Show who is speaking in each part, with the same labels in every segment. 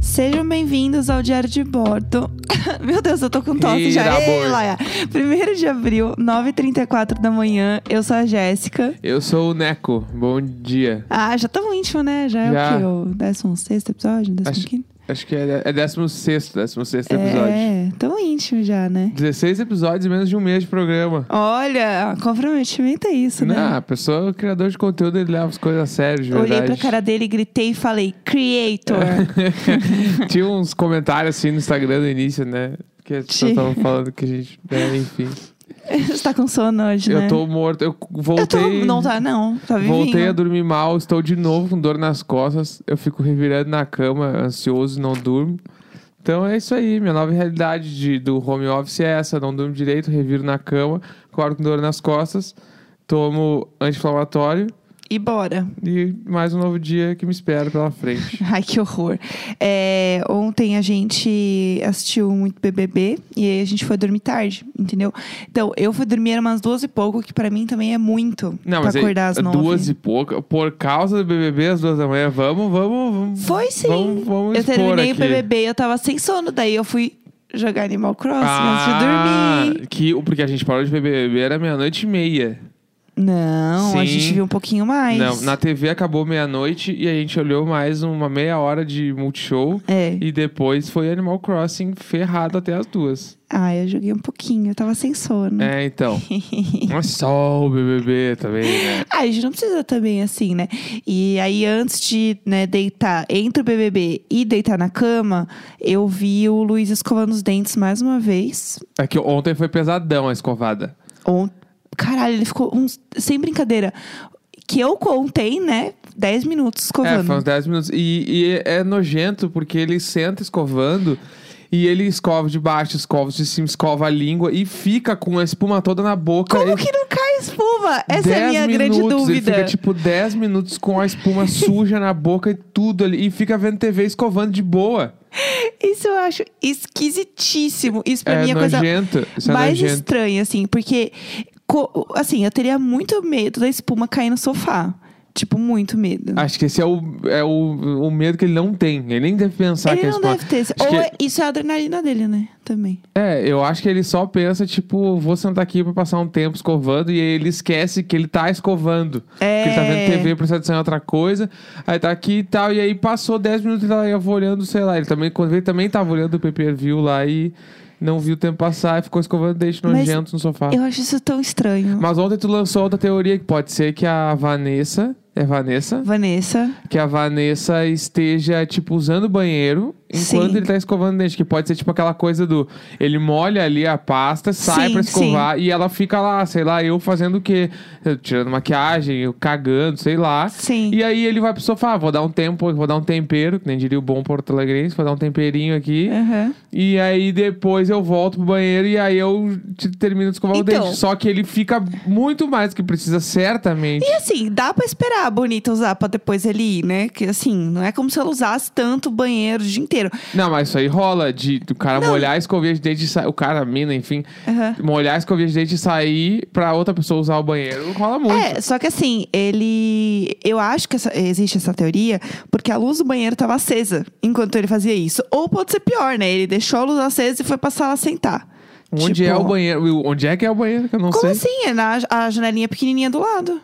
Speaker 1: Sejam bem-vindos ao Diário de Bordo. Meu Deus, eu tô com tosse
Speaker 2: Ih,
Speaker 1: já.
Speaker 2: dá
Speaker 1: Ei,
Speaker 2: boi.
Speaker 1: Laia. 1 de abril, 9h34 da manhã. Eu sou a Jéssica.
Speaker 2: Eu sou o Neco. Bom dia.
Speaker 1: Ah, já tamo íntimo, né? Já é
Speaker 2: Já.
Speaker 1: o quê? O 16 episódio? 15?
Speaker 2: Acho que é, é 16, 16 episódio.
Speaker 1: É, tamo íntimo já, né?
Speaker 2: 16 episódios, menos de um mês de programa.
Speaker 1: Olha, comprometimento é isso, né?
Speaker 2: Não, a pessoa, o criador de conteúdo, ele leva as coisas a sério, de verdade.
Speaker 1: Olhei pra cara dele, gritei e falei, creator.
Speaker 2: Tinha uns comentários assim no Instagram no início, né? Que as pessoas
Speaker 1: Tinha.
Speaker 2: estavam falando que a gente. é, enfim.
Speaker 1: Você tá com sono hoje, né?
Speaker 2: Eu tô morto. Eu
Speaker 1: Eu tô-
Speaker 2: voltei.
Speaker 1: Não tá, não. Tá vivinho.
Speaker 2: Voltei a dormir mal, estou de novo com dor nas costas. Eu fico revirando na cama, ansioso, não durmo. Então é isso aí, minha nova realidade de- do home office é essa: não durmo direito, reviro na cama, acordo com dor nas costas, tomo anti-inflamatório
Speaker 1: E bora.
Speaker 2: e mais um novo dia que me espera pela frente.
Speaker 1: Ai, que horror. É, ontem a gente assistiu muito BBB e aí a gente foi dormir tarde, entendeu? Então, eu fui dormir era umas duas e pouco, que pra mim também é muito
Speaker 2: Não,
Speaker 1: pra
Speaker 2: mas aí, é
Speaker 1: acordar às nove.
Speaker 2: duas e pouca, por causa do BBB, às duas da manhã, vamos, vamos, vamos.
Speaker 1: Foi sim.
Speaker 2: Vamos, vamos
Speaker 1: eu
Speaker 2: expor
Speaker 1: terminei o
Speaker 2: aqui.
Speaker 1: BBB, eu tava sem sono, daí eu fui jogar Animal Crossing
Speaker 2: Ah,
Speaker 1: antes de dormir.
Speaker 2: que, porque a gente parou de BBB era meia-noite e meia.
Speaker 1: Não, a
Speaker 2: Sim.
Speaker 1: gente viu um pouquinho mais.
Speaker 2: Não, na TV acabou meia-noite e a gente olhou mais uma meia hora de multishow.
Speaker 1: É.
Speaker 2: E depois foi Animal Crossing ferrado até as duas.
Speaker 1: Ah, eu joguei um pouquinho, eu tava sem sono.
Speaker 2: É, então. Não é só o BBB também, né?
Speaker 1: Ah, a gente não precisa também assim, né? E aí, antes de né, deitar entre o BBB e deitar na cama, eu vi o Luiz escovando os dentes mais uma vez.
Speaker 2: É que ontem foi pesadão a escovada.
Speaker 1: On- Caralho, ele ficou uns... sem brincadeira. Que eu contei, né? 10 minutos
Speaker 2: É,
Speaker 1: escovando.
Speaker 2: foi uns 10 minutos. E, e é nojento porque ele senta escovando e ele escova de baixo, escova de cima, escova a língua e fica com a espuma toda na boca.
Speaker 1: Como
Speaker 2: Ele-
Speaker 1: que não cai espuma? Essa é a
Speaker 2: 10
Speaker 1: minha grande
Speaker 2: minutos,
Speaker 1: dúvida.
Speaker 2: Ele fica tipo 10 minutos com a espuma suja na boca e tudo ali. E fica vendo TV escovando de boa.
Speaker 1: Isso eu acho esquisitíssimo. Isso pra
Speaker 2: é
Speaker 1: mim é coisa
Speaker 2: nojento. Isso é
Speaker 1: mais
Speaker 2: nojento.
Speaker 1: estranha, assim, porque, co- assim, eu teria muito medo da espuma cair no sofá. Tipo, muito medo.
Speaker 2: Acho que esse é, o, é o, o medo que ele não tem. Ele nem deve pensar
Speaker 1: ele
Speaker 2: que é
Speaker 1: não
Speaker 2: espuma.
Speaker 1: deve ter. esse-
Speaker 2: Acho
Speaker 1: Ou
Speaker 2: que-
Speaker 1: é- isso é a adrenalina dele, né? Também.
Speaker 2: É, eu acho que ele só pensa, tipo, vou sentar aqui pra passar um tempo escovando. E aí ele esquece que ele tá escovando.
Speaker 1: É.
Speaker 2: Que ele tá vendo TV, prestando atenção em outra coisa. Aí tá aqui e tal. E aí passou 10 minutos e ele tá tava olhando, sei lá. Ele também, quando ele também tava olhando o pay-per-view lá e não viu o tempo passar. E ficou escovando dente
Speaker 1: Mas
Speaker 2: nojento no sofá.
Speaker 1: Eu acho isso tão estranho.
Speaker 2: Ah. Mas ontem tu lançou outra teoria que pode ser que a Vanessa. É Vanessa?
Speaker 1: Vanessa.
Speaker 2: Que a Vanessa esteja, tipo, usando o banheiro enquanto
Speaker 1: Sim.
Speaker 2: ele tá escovando o dente. Que pode ser, tipo, aquela coisa do. Ele molha ali a pasta, sai
Speaker 1: Sim,
Speaker 2: pra escovar e ela fica lá, sei lá, eu fazendo o quê? Eu tirando maquiagem, eu cagando, sei lá.
Speaker 1: Sim.
Speaker 2: E aí ele vai pro sofá, vou dar um tempo, vou dar um tempero, que nem diria o bom Porto Alegrense, vou dar um temperinho aqui.
Speaker 1: Aham.
Speaker 2: E aí depois eu volto pro banheiro e aí eu te- termino de escovar
Speaker 1: Então.
Speaker 2: o dente. Só que ele fica muito mais que precisa, certamente.
Speaker 1: E assim, dá pra esperar a Bonita usar pra depois ele ir, né? Que assim, não é como se ela usasse tanto o banheiro o dia inteiro.
Speaker 2: Não, mas isso aí rola de do cara molhar a escovinha de dente e sair. O cara, a mina, enfim.
Speaker 1: Aham.
Speaker 2: Molhar a escovinha de dente e sair pra outra pessoa usar o banheiro. Rola muito.
Speaker 1: É, só que assim, ele. Eu acho que essa- existe essa teoria porque a luz do banheiro tava acesa enquanto ele fazia isso. Ou pode ser pior, né? Ele deixou a luz acesa e foi pra sala sentar.
Speaker 2: Onde
Speaker 1: Tipo,
Speaker 2: é o banheiro? Onde é que é o banheiro? Que eu não
Speaker 1: Como
Speaker 2: sei.
Speaker 1: assim? É na a janelinha pequenininha do lado.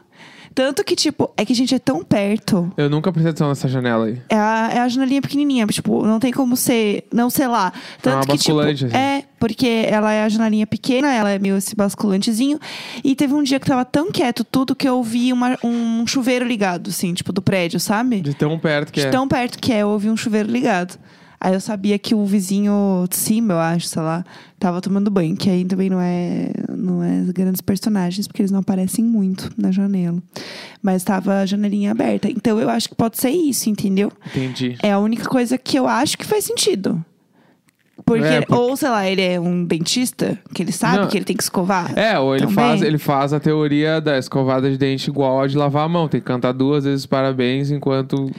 Speaker 1: Tanto que, tipo, é que a gente é tão perto.
Speaker 2: Eu nunca prestei atenção nessa janela aí.
Speaker 1: É a, é a janelinha pequenininha, tipo, não tem como ser, não sei lá. Tanto
Speaker 2: uma
Speaker 1: que, tipo,
Speaker 2: basculante, assim.
Speaker 1: é, porque ela é a janelinha pequena, ela é meio esse basculantezinho. E teve um dia que tava tão quieto tudo que eu ouvi uma- um chuveiro ligado, assim, tipo, do prédio, sabe?
Speaker 2: De tão perto que
Speaker 1: De
Speaker 2: é.
Speaker 1: tão perto que é, eu ouvi um chuveiro ligado. Aí eu sabia que o vizinho de cima, eu acho, sei lá, tava tomando banho, que aí também não é, não é grandes personagens, porque eles não aparecem muito na janela. Mas tava a janelinha aberta. Então eu acho que pode ser isso, entendeu?
Speaker 2: Entendi.
Speaker 1: É a única coisa que eu acho que faz sentido. Porque,
Speaker 2: É, porque-
Speaker 1: ou sei lá, ele é um dentista, que ele sabe
Speaker 2: Não.
Speaker 1: que ele tem que escovar.
Speaker 2: É, ou ele
Speaker 1: Também.
Speaker 2: faz, ele faz a teoria da escovada de dente igual a de lavar a mão. Tem que cantar duas vezes parabéns enquanto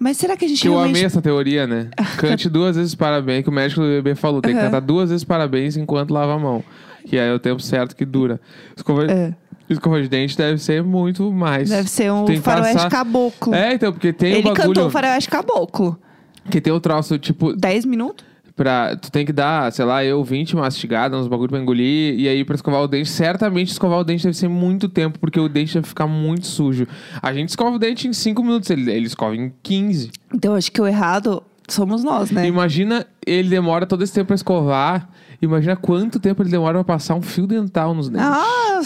Speaker 1: Mas será que a gente
Speaker 2: Que eu amei
Speaker 1: realmente.
Speaker 2: essa teoria, né? Cante duas vezes parabéns, que o médico do bebê falou. Tem que
Speaker 1: Aham.
Speaker 2: cantar duas vezes parabéns enquanto lava a mão. Que aí é o tempo certo que dura. Escova,
Speaker 1: É.
Speaker 2: escova de dente deve ser muito mais.
Speaker 1: Deve ser um
Speaker 2: Tem que
Speaker 1: faroeste
Speaker 2: passar-
Speaker 1: caboclo.
Speaker 2: É, então, porque tem o
Speaker 1: ele
Speaker 2: bagulho...
Speaker 1: cantou faroeste caboclo.
Speaker 2: Que tem o troço, tipo,
Speaker 1: 10 minutos?
Speaker 2: pra. Tu tem que dar, sei lá, eu 20 mastigadas, uns bagulho pra engolir. E aí, pra escovar o dente, certamente escovar o dente deve ser muito tempo, porque o dente deve ficar muito sujo. A gente escova o dente em 5 minutos, ele, ele escova em 15.
Speaker 1: Então acho que o errado somos nós, né?
Speaker 2: Imagina, ele demora todo esse tempo pra escovar. Imagina quanto tempo ele demora pra passar um fio dental nos dentes.
Speaker 1: Ah,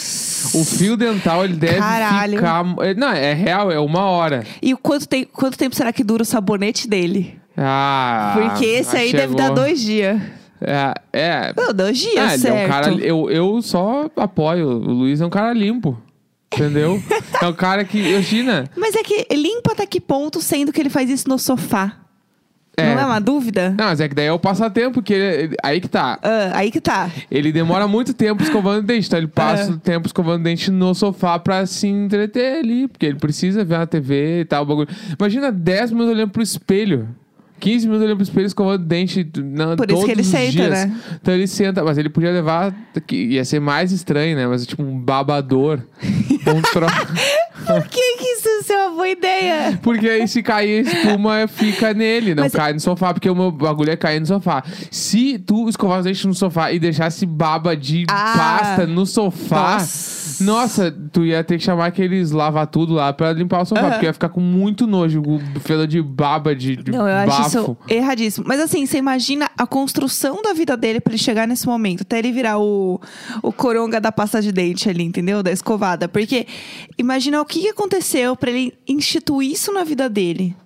Speaker 2: O fio dental, ele deve
Speaker 1: Caralho.
Speaker 2: ficar. é, Não, é real, é uma hora.
Speaker 1: E o quanto, tem, quanto tempo será que dura o sabonete dele?
Speaker 2: Ah.
Speaker 1: Porque esse aí deve
Speaker 2: chegou.
Speaker 1: dar dois dias.
Speaker 2: É. é.
Speaker 1: Não, dois dias,
Speaker 2: Ah, ele
Speaker 1: certo.
Speaker 2: é um cara. Eu, eu só apoio. O Luiz é um cara limpo. Entendeu? é um cara que. Imagina.
Speaker 1: Mas é que limpa até que ponto, sendo que ele faz isso no sofá?
Speaker 2: É.
Speaker 1: Não é uma dúvida?
Speaker 2: Não, mas é que daí é o passatempo, que ele- ele- aí que tá.
Speaker 1: Ah, aí que tá.
Speaker 2: Ele demora muito tempo escovando dente, então ele
Speaker 1: É.
Speaker 2: passa o tempo escovando dente no sofá pra se entreter ali, porque ele precisa ver a TV e tal, o bagulho. Imagina 10 minutos olhando pro espelho. 15 minutos olhando pro espelho escovando dente na,
Speaker 1: Por isso que
Speaker 2: todos
Speaker 1: ele
Speaker 2: os
Speaker 1: senta,
Speaker 2: dias.
Speaker 1: né?
Speaker 2: Então ele senta, mas ele podia levar, que ia ser mais estranho, né? Mas tipo um babador. um tro...
Speaker 1: Por que, que isso é uma boa ideia?
Speaker 2: Porque aí se cair a espuma, fica nele, não
Speaker 1: Mas- é-
Speaker 2: cai no sofá, porque o meu bagulho é cair no sofá. Se tu escovar os dentes no sofá e deixasse baba de
Speaker 1: Ah.
Speaker 2: pasta no sofá,
Speaker 1: Nossa.
Speaker 2: nossa, tu ia ter que chamar aqueles lava tudo lá pra limpar o sofá,
Speaker 1: Aham.
Speaker 2: porque ia ficar com muito nojo, com fela de baba de, de
Speaker 1: Não, eu acho
Speaker 2: bafo.
Speaker 1: isso erradíssimo. Mas assim, você imagina a construção da vida dele pra ele chegar nesse momento, até ele virar o, o coronga da pasta de dente ali, entendeu? Da escovada. Porque imagina o que que aconteceu pra ele instituir isso na vida dele.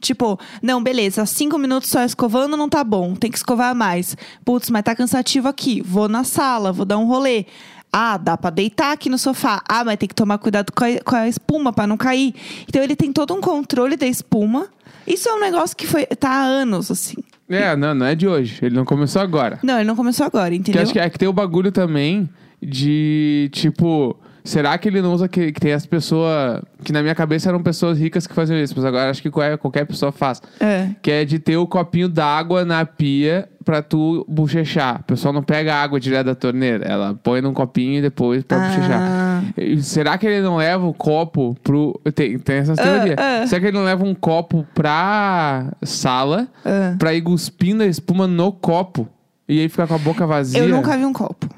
Speaker 1: Tipo, não, beleza, cinco minutos só escovando não tá bom, tem que escovar mais. Putz, mas tá cansativo aqui, vou na sala, vou dar um rolê. Ah, dá pra deitar aqui no sofá. Ah, mas tem que tomar cuidado com a, com a espuma pra não cair. Então ele tem todo um controle da espuma. Isso é um negócio que foi, tá há anos, assim.
Speaker 2: É, não, não é de hoje. Ele não começou agora.
Speaker 1: Não, ele não começou agora,
Speaker 2: Que
Speaker 1: entendeu?
Speaker 2: acho que é que tem o bagulho também de, tipo, será que ele não usa que, que tem as pessoas. Que na minha cabeça eram pessoas ricas que faziam isso, mas agora acho que qual- qualquer pessoa faz.
Speaker 1: É.
Speaker 2: Que é de ter o copinho d'água na pia pra tu bochechar. O pessoal não pega a água direto da torneira. Ela põe num copinho e depois pra
Speaker 1: Ah.
Speaker 2: bochechar. E será que ele não leva o copo pro. Tem, tem essas teorias.
Speaker 1: ah.
Speaker 2: Será que ele não leva um copo pra sala
Speaker 1: Ah.
Speaker 2: pra ir cuspindo a espuma no copo? E aí ficar com a boca vazia?
Speaker 1: Eu nunca vi um copo.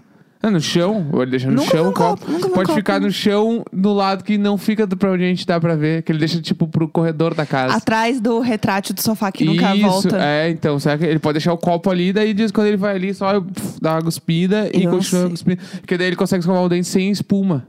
Speaker 2: Ah, no chão? Ou ele deixa no
Speaker 1: Nunca
Speaker 2: chão
Speaker 1: vi um
Speaker 2: o copo?
Speaker 1: copo, nunca vi um
Speaker 2: Pode
Speaker 1: copo.
Speaker 2: ficar no chão, no lado que não fica do- pra onde a gente dá pra ver. Que ele deixa, tipo, pro corredor da casa.
Speaker 1: Atrás do retrátil do sofá que nunca
Speaker 2: Isso,
Speaker 1: volta.
Speaker 2: é, então, será que ele pode deixar o copo ali, daí diz quando ele vai ali, só pf, dá uma cuspida
Speaker 1: Eu
Speaker 2: e
Speaker 1: não
Speaker 2: continua
Speaker 1: sei.
Speaker 2: cuspindo. Porque daí ele consegue escovar o dente sem espuma.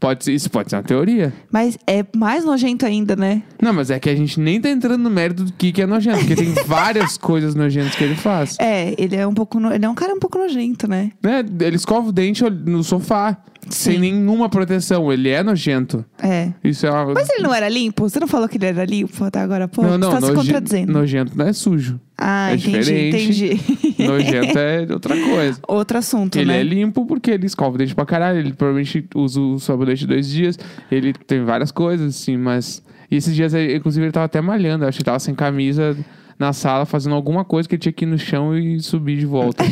Speaker 2: Pode ser, isso pode ser uma teoria.
Speaker 1: Mas é mais nojento ainda, né?
Speaker 2: Não, mas é que a gente nem tá entrando no mérito do que, que é nojento, porque tem várias coisas nojentas que ele faz.
Speaker 1: É, ele é um pouco. no- Ele é um cara um pouco nojento, né?
Speaker 2: Né? Ele escova o dente no sofá, sem
Speaker 1: Sim.
Speaker 2: nenhuma proteção. Ele é nojento.
Speaker 1: É.
Speaker 2: Isso é uma...
Speaker 1: Mas ele não era limpo? Você não falou que ele era limpo até agora há pouco?
Speaker 2: não, não,
Speaker 1: Você tá se
Speaker 2: noje-
Speaker 1: contradizendo.
Speaker 2: nojento não é sujo.
Speaker 1: Ah,
Speaker 2: é
Speaker 1: entendi,
Speaker 2: diferente.
Speaker 1: entendi.
Speaker 2: Nojento é outra coisa.
Speaker 1: Outro assunto,
Speaker 2: Ele
Speaker 1: né?
Speaker 2: é limpo porque ele escova o dente pra caralho. Ele provavelmente usa o sabonete dois dias. Ele tem várias coisas, assim, mas. E esses dias, ele- inclusive, ele tava até malhando. Eu acho que ele tava sem camisa na sala, fazendo alguma coisa que ele tinha que ir no chão e subir de volta.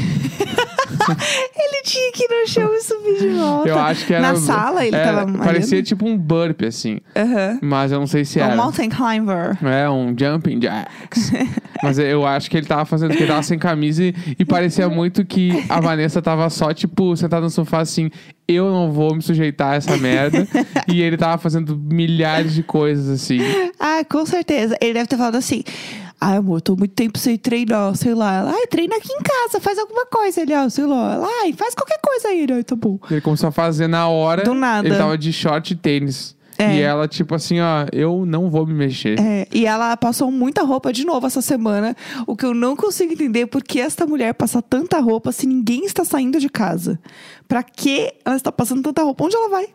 Speaker 1: Ele tinha que ir no chão e subir de volta.
Speaker 2: Eu acho que era.
Speaker 1: Na sala ele
Speaker 2: é,
Speaker 1: tava
Speaker 2: Parecia
Speaker 1: malhando?
Speaker 2: tipo um burp, assim.
Speaker 1: Aham.
Speaker 2: Mas eu não sei se
Speaker 1: É
Speaker 2: era.
Speaker 1: um mountain climber.
Speaker 2: É, um jumping jacks. Mas eu acho que ele tava fazendo, porque ele tava sem camisa e, e parecia muito que a Vanessa tava só, tipo, sentada no sofá assim, eu não vou me sujeitar a essa merda. e ele tava fazendo milhares de coisas assim.
Speaker 1: Ah, com certeza. Ele deve ter falado assim. Ai, amor, tô muito tempo sem treinar, sei lá. Ela, ai, treina aqui em casa, faz alguma coisa. Ele, ah, sei lá. Ela, ai, faz qualquer coisa aí. Ele, ai, tá bom.
Speaker 2: Ele começou a fazer na hora.
Speaker 1: Do nada.
Speaker 2: Ele tava de short e tênis.
Speaker 1: É.
Speaker 2: E ela, tipo assim, ó, eu não vou me mexer.
Speaker 1: É, e ela passou muita roupa de novo essa semana. O que eu não consigo entender é por que esta mulher passa tanta roupa se ninguém está saindo de casa. Pra que ela está passando tanta roupa? Onde ela vai?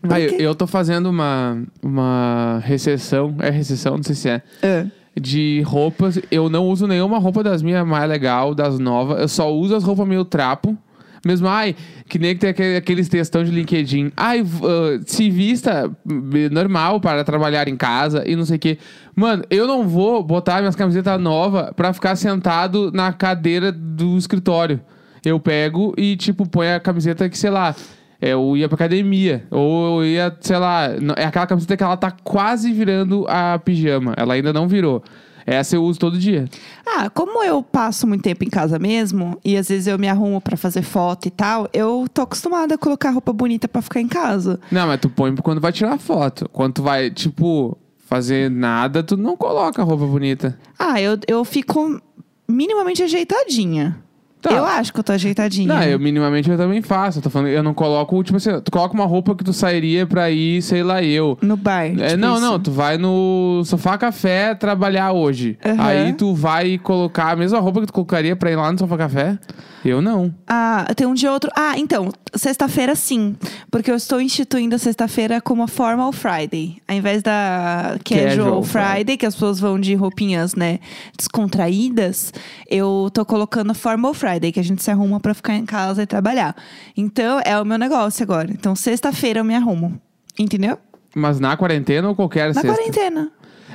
Speaker 1: Pra
Speaker 2: Aí,
Speaker 1: quê?
Speaker 2: eu tô fazendo uma, uma recessão. É recessão? Não sei se é.
Speaker 1: É.
Speaker 2: de roupas. Eu não uso nenhuma roupa das minhas mais legal, das novas. Eu só uso as roupas meio trapo. Mesmo, ai, que nem que tem aquele- aqueles textão de LinkedIn. Ai, v- ah, se vista hum, normal para trabalhar em casa e não sei o quê. Mano, eu não vou botar minhas camisetas novas pra ficar sentado na cadeira do escritório. Eu pego e, tipo, ponho a camiseta que, sei lá, eu É, ia pra academia. Ou eu ia, sei lá, não- é aquela camiseta que ela tá quase virando a pijama. Ela ainda não virou. Essa eu uso todo dia.
Speaker 1: Ah, como eu passo muito tempo em casa mesmo, e às vezes eu me arrumo pra fazer foto e tal, eu tô acostumada a colocar roupa bonita pra ficar em casa.
Speaker 2: Não, mas tu põe quando vai tirar foto. Quando tu vai, tipo, fazer nada, tu não coloca roupa bonita.
Speaker 1: Ah, eu, eu fico minimamente ajeitadinha.
Speaker 2: Tá.
Speaker 1: Eu acho que eu tô ajeitadinha.
Speaker 2: Não, eu minimamente eu também faço. Eu tô falando, eu não coloco, tipo assim, tu coloca uma roupa que tu sairia pra ir, sei lá, eu.
Speaker 1: No bar.
Speaker 2: É,
Speaker 1: tipo
Speaker 2: não,
Speaker 1: isso.
Speaker 2: não, tu vai no Sofá Café trabalhar hoje.
Speaker 1: Aham.
Speaker 2: Aí tu vai colocar a mesma roupa que tu colocaria pra ir lá no Sofá Café? Eu não.
Speaker 1: Ah, tem um de outro. Ah, então, sexta-feira sim. Porque eu estou instituindo a sexta-feira como a Formal Friday. Ao invés da Casual,
Speaker 2: Casual
Speaker 1: Friday, que as pessoas vão de roupinhas, né, descontraídas, eu tô colocando a Formal Friday, que a gente se arruma pra ficar em casa e trabalhar. Então, é o meu negócio agora. Então, sexta-feira eu me arrumo. Entendeu?
Speaker 2: Mas na quarentena ou qualquer
Speaker 1: Na
Speaker 2: sexta?
Speaker 1: quarentena.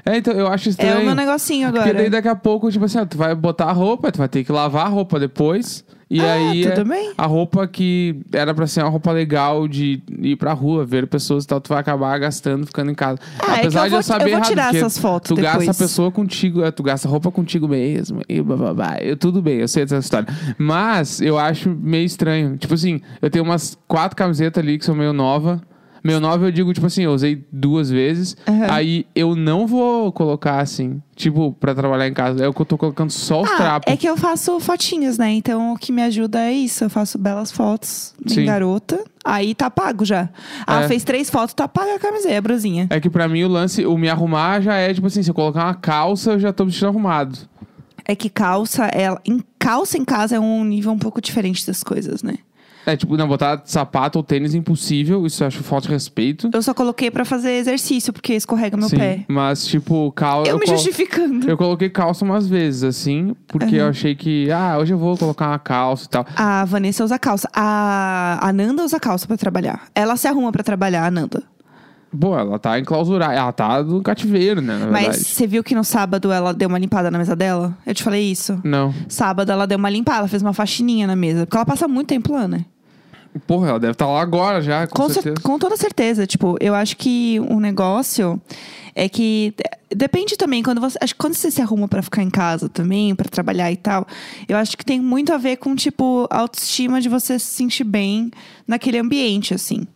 Speaker 2: É, então, eu acho
Speaker 1: É
Speaker 2: estranho.
Speaker 1: o meu negocinho agora.
Speaker 2: Porque daí daqui a pouco, tipo assim, ó, tu vai botar a roupa, tu vai ter que lavar a roupa depois. E
Speaker 1: Ah,
Speaker 2: aí é-
Speaker 1: tudo bem.
Speaker 2: a roupa que era pra ser uma roupa legal de ir pra rua, ver pessoas e tal, tu vai acabar gastando ficando em casa.
Speaker 1: Ah, é que
Speaker 2: Apesar
Speaker 1: eu
Speaker 2: de
Speaker 1: vou-
Speaker 2: eu saber
Speaker 1: eu vou
Speaker 2: errado,
Speaker 1: tirar
Speaker 2: porque
Speaker 1: essas fotos
Speaker 2: Tu gasta a
Speaker 1: depois.
Speaker 2: pessoa contigo, é, tu gasta a roupa contigo mesmo. E bababá. Eu, tudo bem, eu sei dessa história. Mas eu acho meio estranho. Tipo assim, eu tenho umas quatro camisetas ali que são meio nova. Meio nova eu digo, tipo assim, eu usei duas vezes.
Speaker 1: Aham.
Speaker 2: Aí eu não vou colocar assim, tipo, pra trabalhar em casa. É o que eu tô colocando só os
Speaker 1: Ah,
Speaker 2: trapos.
Speaker 1: é que eu faço fotinhas, né? Então o que me ajuda é isso. Eu faço belas fotos
Speaker 2: Sim.
Speaker 1: bem garota. Aí tá pago já. Ah,
Speaker 2: É.
Speaker 1: fez três fotos, tá paga a camiseta, a brusinha.
Speaker 2: É que pra mim o lance, o me arrumar já é, tipo assim, se eu colocar uma calça, eu já tô vestido arrumado.
Speaker 1: É que calça, ela, em calça em casa é um nível um pouco diferente das coisas, né?
Speaker 2: É tipo, não, botar sapato ou tênis é impossível, isso eu acho falta de respeito.
Speaker 1: Eu só coloquei pra fazer exercício, porque escorrega meu
Speaker 2: Sim,
Speaker 1: pé.
Speaker 2: mas tipo, calça.
Speaker 1: Eu, me justificando.
Speaker 2: Eu coloquei calça umas vezes, assim, porque eu achei que, ah, hoje eu vou colocar uma calça e tal.
Speaker 1: A Vanessa usa calça. A, a Nanda usa calça pra trabalhar. Ela se arruma pra trabalhar, a Nanda.
Speaker 2: Pô, ela tá enclausurada, ela tá no cativeiro, né, na
Speaker 1: Mas
Speaker 2: verdade.
Speaker 1: você viu que no sábado ela deu uma limpada na mesa dela? Eu te falei isso.
Speaker 2: Não.
Speaker 1: Sábado ela deu uma limpada, ela fez uma faxininha na mesa. Porque ela passa muito tempo lá, né?
Speaker 2: Porra, ela deve estar lá agora já, com,
Speaker 1: cer-
Speaker 2: certeza.
Speaker 1: com toda certeza. Tipo, eu acho que o negócio é que. de- Depende também, quando você. Acho que quando você se arruma pra ficar em casa também, pra trabalhar e tal, eu acho que tem muito a ver com, tipo, a autoestima de você se sentir bem naquele ambiente, assim.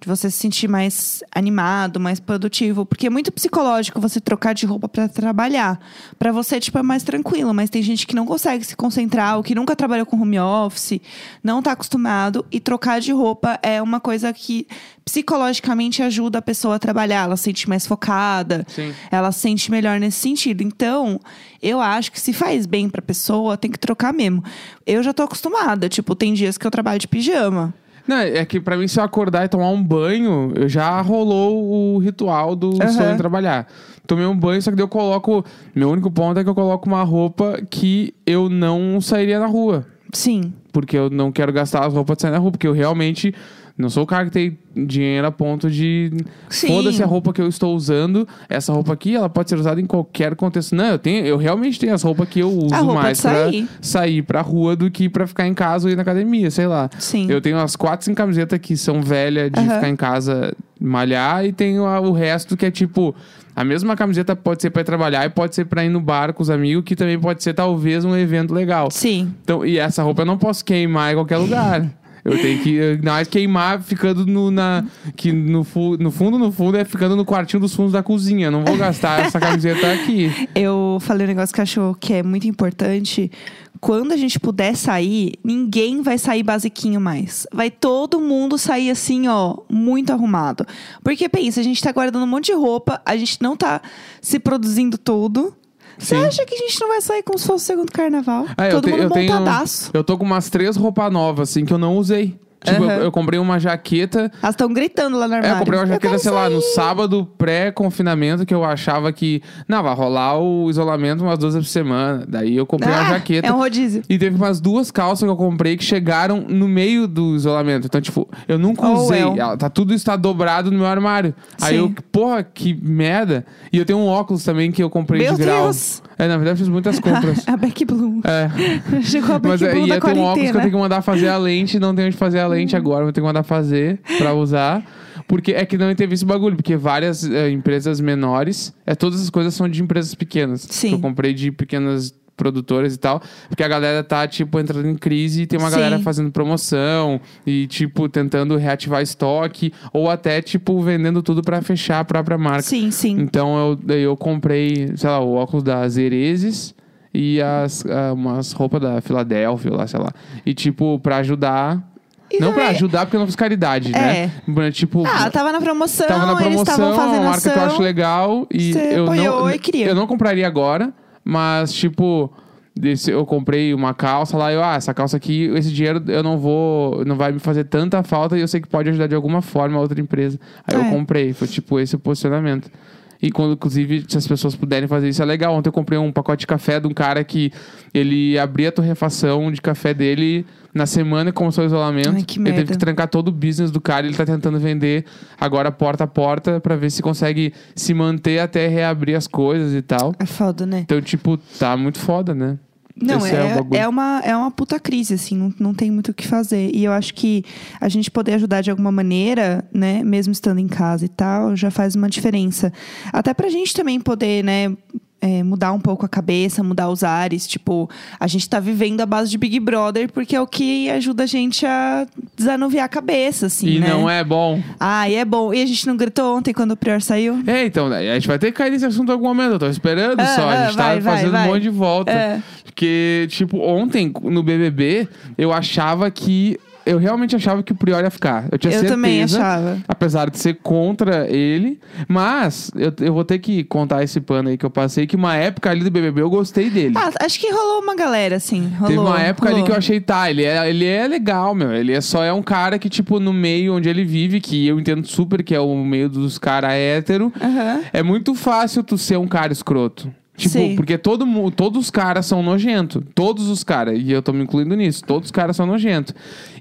Speaker 1: De você se sentir mais animado, mais produtivo. Porque é muito psicológico você trocar de roupa pra trabalhar. Pra você, tipo, é mais tranquilo. Mas tem gente que não consegue se concentrar, ou que nunca trabalhou com home office, não tá acostumado. E trocar de roupa é uma coisa que psicologicamente ajuda a pessoa a trabalhar. Ela se sente mais focada,
Speaker 2: Sim.
Speaker 1: ela se sente melhor nesse sentido. Então, eu acho que se faz bem pra pessoa, tem que trocar mesmo. Eu já tô acostumada. Tipo, tem dias que eu trabalho de pijama.
Speaker 2: Não, é que pra mim, se eu acordar e tomar um banho, eu já rolou o ritual do
Speaker 1: Aham.
Speaker 2: estou indo trabalhar. Tomei um banho, só que daí eu coloco. Meu único ponto é que eu coloco uma roupa que eu não sairia na rua.
Speaker 1: Sim.
Speaker 2: Porque eu não quero gastar as roupas de sair na rua, porque eu realmente não sou o cara que tem dinheiro a ponto de.
Speaker 1: Sim.
Speaker 2: Foda-se a roupa que eu estou usando. Essa roupa aqui, ela pode ser usada em qualquer contexto. Não, eu tenho, eu realmente tenho as roupas que eu uso
Speaker 1: roupa de
Speaker 2: mais pra
Speaker 1: sair.
Speaker 2: sair pra rua do que pra ficar em casa ou ir na academia, sei lá.
Speaker 1: Sim.
Speaker 2: Eu tenho as quatro, cinco camisetas que são velhas de
Speaker 1: Aham.
Speaker 2: ficar em casa malhar e tenho a- o resto que é tipo. A mesma camiseta pode ser pra ir trabalhar e pode ser pra ir no bar com os amigos, que também pode ser talvez um evento legal.
Speaker 1: Sim.
Speaker 2: Então, e essa roupa eu não posso queimar em qualquer lugar. Eu tenho que eh, não é queimar ficando no, na, que no, fu- no fundo, no fundo, é ficando no quartinho dos fundos da cozinha. Eu Não vou gastar essa camiseta aqui.
Speaker 1: Eu falei um negócio que eu acho que é muito importante. Quando a gente puder sair, ninguém vai sair basiquinho mais. Vai todo mundo sair assim, ó, muito arrumado. Porque pensa, a gente tá guardando um monte de roupa, a gente não tá se produzindo todo. Você
Speaker 2: Sim.
Speaker 1: acha que a gente não vai sair como se fosse o segundo carnaval?
Speaker 2: Ah,
Speaker 1: todo
Speaker 2: te-
Speaker 1: mundo montadaço.
Speaker 2: Eu tô com umas três roupas novas, assim, que eu não usei. Tipo,
Speaker 1: Aham.
Speaker 2: eu, eu comprei uma jaqueta.
Speaker 1: Elas estão gritando lá no
Speaker 2: É,
Speaker 1: armário.
Speaker 2: eu comprei uma jaqueta,
Speaker 1: quero
Speaker 2: sei lá,
Speaker 1: sair.
Speaker 2: no sábado pré-confinamento, que eu achava que. Não, vai rolar o isolamento umas duas vezes por semana. Daí eu comprei uma
Speaker 1: Ah,
Speaker 2: jaqueta.
Speaker 1: É um rodízio.
Speaker 2: E teve umas duas calças que eu comprei que chegaram no meio do isolamento. Então, tipo, eu nunca
Speaker 1: Oh,
Speaker 2: usei.
Speaker 1: well.
Speaker 2: Ela- Tá, tudo está dobrado no meu armário. Aí
Speaker 1: Sim.
Speaker 2: eu, porra, que merda. E eu tenho um óculos também que eu comprei
Speaker 1: Meu
Speaker 2: de grau.
Speaker 1: Deus!
Speaker 2: É, na verdade, eu fiz muitas compras.
Speaker 1: a Beck Bloom.
Speaker 2: é.
Speaker 1: Chegou a Beck
Speaker 2: Mas é,
Speaker 1: Bloom
Speaker 2: e
Speaker 1: da
Speaker 2: eu tenho um óculos que eu
Speaker 1: quarentena.
Speaker 2: tenho que mandar fazer a lente, não tenho onde fazer a lente agora, vou ter que mandar fazer pra usar. Porque é que não teve esse bagulho, porque várias eh, empresas menores, é, todas as coisas são de empresas pequenas.
Speaker 1: Sim.
Speaker 2: Que Eu comprei de pequenas produtoras e tal, porque a galera tá, tipo, entrando em crise e tem uma galera
Speaker 1: Sim.
Speaker 2: fazendo promoção e, tipo, tentando reativar estoque ou até, tipo, vendendo tudo pra fechar a própria marca.
Speaker 1: Sim, sim.
Speaker 2: Então eu, daí eu comprei, sei lá, o óculos da Zerezes e as, ah, umas roupas da Filadélfia, lá, sei lá. E tipo, pra ajudar.
Speaker 1: E
Speaker 2: não pra
Speaker 1: também-
Speaker 2: ajudar, porque eu não fiz caridade, né? Mas, tipo,
Speaker 1: Ah, tava na promoção,
Speaker 2: tava na
Speaker 1: eles
Speaker 2: promoção,
Speaker 1: estavam
Speaker 2: uma
Speaker 1: fazendo
Speaker 2: marca que eu acho
Speaker 1: ação.
Speaker 2: legal. E
Speaker 1: Você
Speaker 2: eu não,
Speaker 1: apoiou e queria.
Speaker 2: eu não compraria agora, mas tipo. desse- eu comprei uma calça lá e eu, ah, essa calça aqui, esse dinheiro eu não vou, não vai me fazer tanta falta e eu sei que pode ajudar de alguma forma a outra empresa. Aí eu
Speaker 1: É.
Speaker 2: comprei, foi tipo esse o posicionamento. E quando, inclusive, se as pessoas puderem fazer isso, é legal. Ontem eu comprei um pacote de café de um cara que ele abria a torrefação de café dele na semana e começou o isolamento.
Speaker 1: Ai, que
Speaker 2: ele teve
Speaker 1: merda.
Speaker 2: que trancar todo o business do cara, ele tá tentando vender agora porta a porta pra ver se consegue se manter até reabrir as coisas e tal.
Speaker 1: É foda, né?
Speaker 2: Então, tipo, tá muito foda, né?
Speaker 1: Não,
Speaker 2: Esse é o
Speaker 1: é,
Speaker 2: bagulho.
Speaker 1: é, uma, é uma puta crise, assim, não, não tem muito o que fazer. E eu acho que a gente poder ajudar de alguma maneira, né, mesmo estando em casa e tal, já faz uma diferença. Até pra gente também poder, né, é, mudar um pouco a cabeça, mudar os ares. Tipo, a gente tá vivendo a base de Big Brother porque é o que ajuda a gente a desanuviar a cabeça, assim,
Speaker 2: e
Speaker 1: né?
Speaker 2: não é bom.
Speaker 1: Ah, e é bom. E a gente não gritou ontem quando o Prior saiu?
Speaker 2: É, então, né, a gente vai ter que cair nesse assunto em algum momento. Eu tô esperando
Speaker 1: Ah,
Speaker 2: só. A gente
Speaker 1: ah, vai, vai,
Speaker 2: tá fazendo
Speaker 1: vai.
Speaker 2: um monte de volta.
Speaker 1: É.
Speaker 2: Porque, tipo, ontem no BBB, eu achava que. Eu realmente achava que o Prior ia ficar. Eu tinha
Speaker 1: eu
Speaker 2: certeza.
Speaker 1: também achava.
Speaker 2: Apesar de ser contra ele. Mas eu, eu vou ter que contar esse pano aí que eu passei. Que uma época ali do BBB eu gostei dele.
Speaker 1: Ah, acho que rolou uma galera, assim. Rolou,
Speaker 2: Hum. Teve uma época ali
Speaker 1: rolou.
Speaker 2: que eu achei, tá, ele é, ele é legal, meu. Ele é só é um cara que, tipo, no meio onde ele vive, que eu entendo super que é o meio dos caras hétero.
Speaker 1: Aham.
Speaker 2: É muito fácil tu ser um cara escroto. Tipo,
Speaker 1: Sim.
Speaker 2: porque todo mu- todos os caras são nojentos. Todos os caras. E eu tô me incluindo nisso. Todos os caras são nojentos.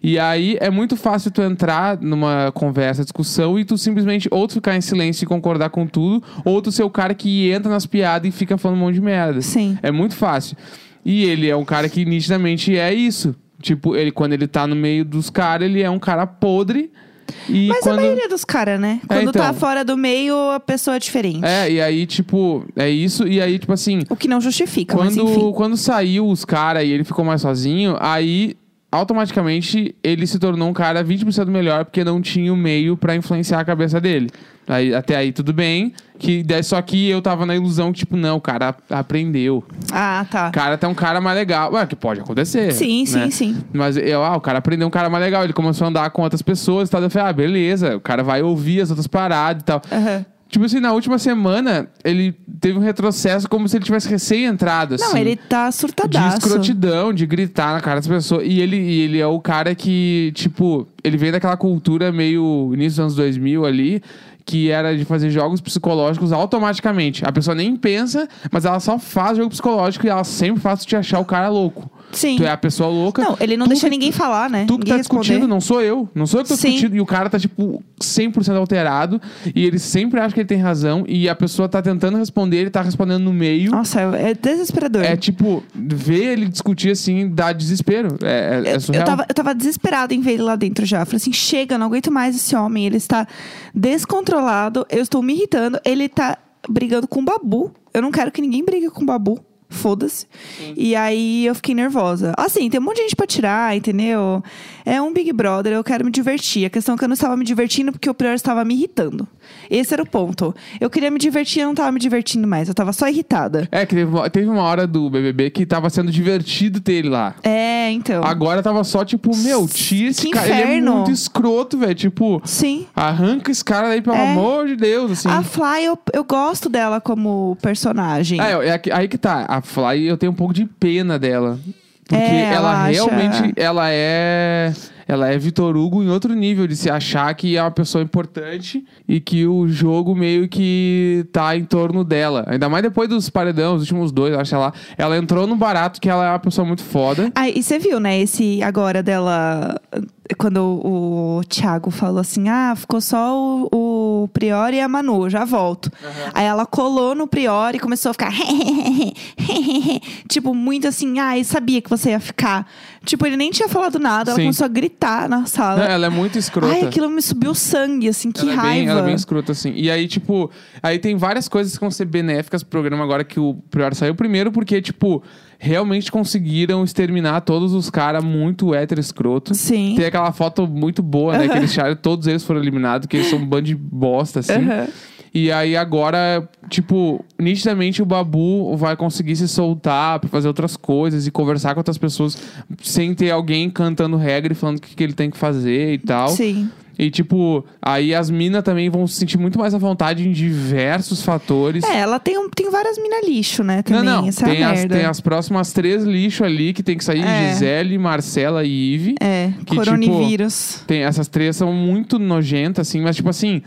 Speaker 2: E aí é muito fácil tu entrar numa conversa, discussão e tu simplesmente ou tu ficar em silêncio e concordar com tudo, ou tu ser o cara que entra nas piadas e fica falando um monte de merda.
Speaker 1: Sim.
Speaker 2: É muito fácil. E ele é um cara que nitidamente é isso. Tipo, ele quando ele tá no meio dos caras, ele é um cara podre. E
Speaker 1: Mas
Speaker 2: quando...
Speaker 1: a maioria dos caras, né? Quando tá
Speaker 2: então.
Speaker 1: fora do meio, a pessoa é diferente.
Speaker 2: É, e aí, tipo, é isso. E aí, tipo assim,
Speaker 1: O que não justifica, mas enfim.
Speaker 2: quando, quando saiu os caras e ele ficou mais sozinho, aí automaticamente ele se tornou um cara 20% melhor porque não tinha o meio pra influenciar a cabeça dele. Aí, até aí tudo bem, que daí- só que eu tava na ilusão que tipo, não, o cara aprendeu.
Speaker 1: Ah, tá.
Speaker 2: O cara tá um cara mais legal. Ué, que pode acontecer.
Speaker 1: Sim,
Speaker 2: né?
Speaker 1: sim, sim.
Speaker 2: Mas eu, ah, o cara aprendeu um cara mais legal, ele começou a andar com outras pessoas e tal. Eu falei, ah, beleza, o cara vai ouvir as outras paradas e tal.
Speaker 1: Aham.
Speaker 2: Tipo assim, na última semana, ele teve um retrocesso como se ele tivesse recém-entrado, assim.
Speaker 1: Não, ele tá
Speaker 2: De
Speaker 1: surtadaço.
Speaker 2: escrotidão, de gritar na cara das pessoas. E ele, e ele é o cara que, tipo, ele vem daquela cultura meio início dos anos 2000 ali, que era de fazer jogos psicológicos automaticamente. A pessoa nem pensa, mas ela só faz jogo psicológico e ela sempre faz te achar o cara louco.
Speaker 1: Sim.
Speaker 2: Tu é a pessoa louca.
Speaker 1: Não, ele não
Speaker 2: tu
Speaker 1: deixa
Speaker 2: que-
Speaker 1: ninguém falar, né?
Speaker 2: Tu que
Speaker 1: ninguém
Speaker 2: tá
Speaker 1: responder.
Speaker 2: discutindo, não sou eu. Não sou eu que tô
Speaker 1: Sim.
Speaker 2: discutindo. E o cara tá, tipo, 100% alterado. E ele sempre acha que ele tem razão. E a pessoa tá tentando responder, ele tá respondendo no meio.
Speaker 1: Nossa, é é desesperador.
Speaker 2: É tipo, ver ele discutir assim dá desespero. É, é- é
Speaker 1: eu,
Speaker 2: surreal.
Speaker 1: tava, eu tava desesperada em ver ele lá dentro já. Eu Falei assim: chega, eu não aguento mais esse homem. Ele está descontrolado, eu estou me irritando. Ele tá brigando com o babu. Eu não quero que ninguém brigue com o babu. Foda-se. E aí eu fiquei nervosa. Assim, tem um monte de gente pra tirar, entendeu? É um Big Brother, eu quero me divertir. A questão é que eu não estava me divertindo porque o pior estava me irritando. Esse era o ponto. Eu queria me divertir, eu não estava me divertindo mais. Eu tava só irritada.
Speaker 2: É que teve, uma- teve uma hora do BBB que tava sendo divertido ter ele lá.
Speaker 1: É, então.
Speaker 2: Agora tava só tipo, meu, tira esse
Speaker 1: Que
Speaker 2: cara. Ele é
Speaker 1: inferno.
Speaker 2: muito escroto, velho. Tipo,
Speaker 1: Sim.
Speaker 2: arranca esse cara daí, pelo
Speaker 1: É.
Speaker 2: amor de Deus, assim.
Speaker 1: A Fly, eu, eu gosto dela como personagem.
Speaker 2: Ah, é, é que- aí que tá. A Fly, eu tenho um pouco de pena dela. Porque
Speaker 1: É,
Speaker 2: ela,
Speaker 1: ela acha-
Speaker 2: realmente, ela é... Ela é Vitor Hugo em outro nível, de se achar que é uma pessoa importante e que o jogo meio que tá em torno dela. Ainda mais depois dos paredão, os últimos dois, acho lá. Ela entrou no barato que ela é uma pessoa muito foda.
Speaker 1: Ah, e você viu, né, esse agora dela, quando o Thiago falou assim, ah, ficou só o, o o Prior e a Manu, já volto. Aí ela colou no Prior e começou a ficar. tipo, muito assim, ai, sabia que você ia ficar. Tipo, ele nem tinha falado nada, ela
Speaker 2: Sim.
Speaker 1: começou a gritar na sala.
Speaker 2: Não, ela é muito escrota.
Speaker 1: Ai, aquilo me subiu o sangue, assim, que
Speaker 2: ela é
Speaker 1: raiva.
Speaker 2: Bem, ela é bem escrota, assim. E aí, tipo, aí tem várias coisas que vão ser benéficas pro programa agora que o Prior saiu primeiro, porque, tipo, realmente conseguiram exterminar todos os caras muito hétero escroto.
Speaker 1: Sim.
Speaker 2: Tem aquela foto muito boa, né? Que eles tiraram, todos eles foram eliminados, que eles são um bando de bosta, assim.
Speaker 1: Aham.
Speaker 2: E aí agora, tipo, nitidamente o Babu vai conseguir se soltar pra fazer outras coisas e conversar com outras pessoas sem ter alguém cantando regra e falando o que, que ele tem que fazer e tal.
Speaker 1: Sim.
Speaker 2: E, tipo, aí as minas também vão se sentir muito mais à vontade em diversos fatores.
Speaker 1: É, ela tem, um, tem várias mina lixo, né?
Speaker 2: não,
Speaker 1: Também,
Speaker 2: não.
Speaker 1: essa
Speaker 2: Tem
Speaker 1: é a
Speaker 2: as,
Speaker 1: merda.
Speaker 2: tem as próximas três lixo ali que tem que sair:
Speaker 1: É.
Speaker 2: Gisele, Marcela e Ive.
Speaker 1: É,
Speaker 2: tipo,
Speaker 1: coronavírus.
Speaker 2: Tem, essas três são muito nojentas, assim, mas, tipo assim.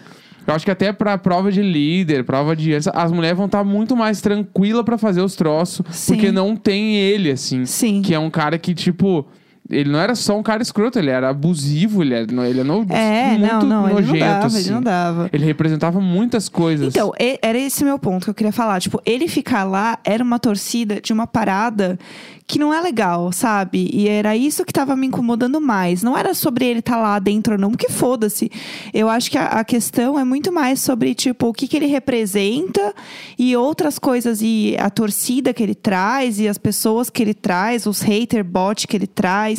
Speaker 2: Eu acho que até pra prova de líder, prova de. As mulheres vão estar muito mais tranquilas pra fazer os troços.
Speaker 1: Sim.
Speaker 2: Porque não tem ele, assim.
Speaker 1: Sim.
Speaker 2: Que é um cara que, tipo. Ele não era só um cara escroto, ele era abusivo, ele era, ele era no-
Speaker 1: É,
Speaker 2: muito
Speaker 1: não, não,
Speaker 2: nojento,
Speaker 1: ele não dava,
Speaker 2: assim.
Speaker 1: ele não dava.
Speaker 2: Ele representava muitas coisas.
Speaker 1: Então, e- era esse meu ponto que eu queria falar. Tipo, ele ficar lá era uma torcida de uma parada que não é legal, sabe? E era isso que tava me incomodando mais. Não era sobre ele estar lá dentro ou não, porque foda-se. Eu acho que a, a questão é muito mais sobre, tipo, o que, que ele representa e outras coisas. E a torcida que ele traz, e as pessoas que ele traz, os hater bot que ele traz.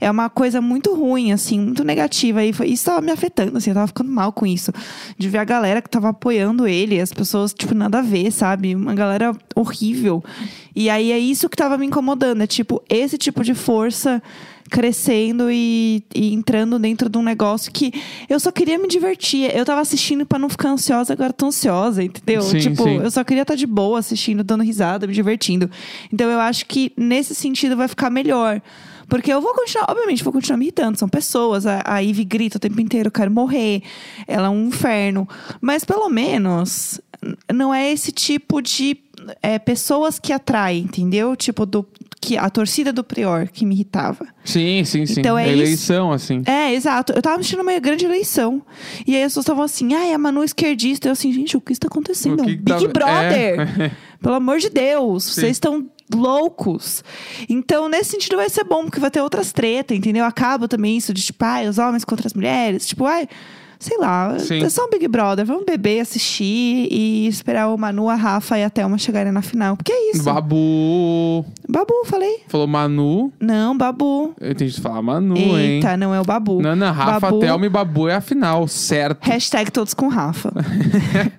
Speaker 1: É uma coisa muito ruim, assim, muito negativa. E foi, isso tava me afetando, assim, eu tava ficando mal com isso. De ver a galera que tava apoiando ele, as pessoas, tipo, nada a ver, sabe? Uma galera horrível. E aí é isso que tava me incomodando. É tipo, esse tipo de força crescendo e, e entrando dentro de um negócio que eu só queria me divertir. Eu tava assistindo pra não ficar ansiosa, agora eu tô ansiosa, entendeu?
Speaker 2: Sim,
Speaker 1: tipo,
Speaker 2: sim.
Speaker 1: eu só queria estar de boa assistindo, dando risada, me divertindo. Então eu acho que nesse sentido vai ficar melhor. Porque eu vou continuar, obviamente, vou continuar me irritando. São pessoas. A, a Ivy grita o tempo inteiro, eu quero morrer. Ela é um inferno. Mas pelo menos n- não é esse tipo de é, pessoas que atrai, entendeu? Tipo, do, que a torcida do Prior que me irritava.
Speaker 2: Sim, sim, sim.
Speaker 1: Então é
Speaker 2: Eleição, assim.
Speaker 1: É, exato. Eu tava assistindo uma grande eleição. E aí as pessoas estavam assim, ah, é a Manu esquerdista. Eu assim, gente, o que está acontecendo?
Speaker 2: O que
Speaker 1: Big
Speaker 2: que tá-
Speaker 1: Brother!
Speaker 2: É.
Speaker 1: Pelo amor de Deus, vocês estão loucos. Então, nesse sentido, vai ser bom, porque vai ter outras tretas, entendeu? Acaba também isso de, tipo, ai, os homens contra as mulheres. Tipo, ai, sei lá,
Speaker 2: Sim.
Speaker 1: é só um Big Brother. Vamos beber, assistir e esperar o Manu, a Rafa e a Thelma chegarem na final. Porque é isso.
Speaker 2: Babu.
Speaker 1: Babu, falei.
Speaker 2: Falou Manu.
Speaker 1: Não, Babu.
Speaker 2: Eu entendi que falar Manu, hein?
Speaker 1: Eita, não é o Babu.
Speaker 2: Nana, Rafa,
Speaker 1: Babu.
Speaker 2: Thelma e Babu é a final, certo.
Speaker 1: Hashtag todos com Rafa.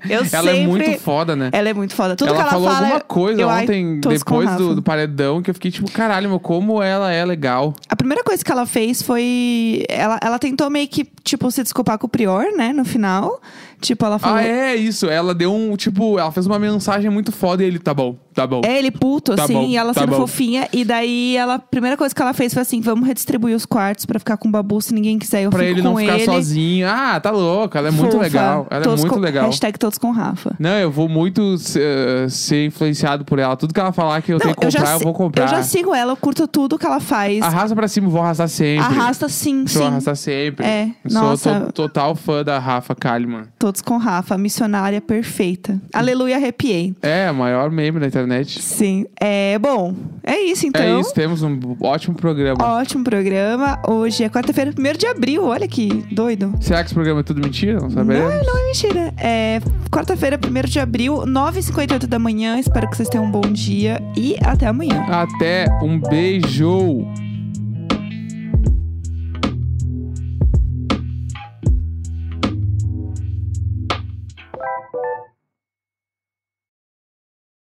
Speaker 1: Eu
Speaker 2: ela
Speaker 1: sempre...
Speaker 2: é muito foda, né?
Speaker 1: Ela é muito foda. Tudo
Speaker 2: ela
Speaker 1: que ela
Speaker 2: falou
Speaker 1: fala,
Speaker 2: alguma coisa
Speaker 1: eu, ai,
Speaker 2: ontem,
Speaker 1: todos com
Speaker 2: depois
Speaker 1: Rafa.
Speaker 2: do, do paredão, que eu fiquei tipo, caralho, meu, como ela é legal.
Speaker 1: A primeira coisa que ela fez foi. Ela, ela tentou meio que, tipo, se desculpar com o Prior, né? No final. Tipo, ela falou.
Speaker 2: Ah, é isso. Ela deu um, tipo, ela fez uma mensagem muito foda e ele, tá bom, tá bom.
Speaker 1: É, ele puto,
Speaker 2: Tá
Speaker 1: assim,
Speaker 2: bom,
Speaker 1: e ela
Speaker 2: tá
Speaker 1: sendo
Speaker 2: bom.
Speaker 1: fofinha. E daí, ela, a primeira coisa que ela fez foi assim: vamos redistribuir os quartos pra ficar com o babu se ninguém quiser. Eu
Speaker 2: pra
Speaker 1: fico
Speaker 2: ele
Speaker 1: com
Speaker 2: não ficar
Speaker 1: ele.
Speaker 2: sozinho. Ah, tá louca, ela é muito
Speaker 1: Fofa.
Speaker 2: legal. Ela
Speaker 1: Todos
Speaker 2: é muito
Speaker 1: com-
Speaker 2: legal.
Speaker 1: Hashtag todos com Rafa.
Speaker 2: Não, eu vou muito eh, ser influenciado por ela. Tudo que ela falar que eu tenho que
Speaker 1: já
Speaker 2: comprar, eu,
Speaker 1: si-
Speaker 2: vou comprar.
Speaker 1: Eu já sigo ela, eu curto tudo que ela faz.
Speaker 2: Arrasta pra cima, vou arrastar sempre.
Speaker 1: Arrasta sim,
Speaker 2: Sou
Speaker 1: sim.
Speaker 2: arrastar sempre.
Speaker 1: É,
Speaker 2: Sou
Speaker 1: nossa.
Speaker 2: to- total fã da Rafa Kalimann.
Speaker 1: Todos com Rafa, missionária perfeita. Aleluia, arrepiei.
Speaker 2: É, a maior meme da internet.
Speaker 1: Sim. É, bom, é isso então.
Speaker 2: é isso, temos um ótimo programa.
Speaker 1: Ótimo programa. Hoje é quarta-feira, 1 de abril. Olha que doido.
Speaker 2: Será que esse programa é tudo mentira? Não
Speaker 1: Não,
Speaker 2: saberemos.
Speaker 1: não é mentira. É quarta-feira, 1 de abril, 9h58 da manhã. Espero que vocês tenham um bom dia e até amanhã.
Speaker 2: Até, um beijo!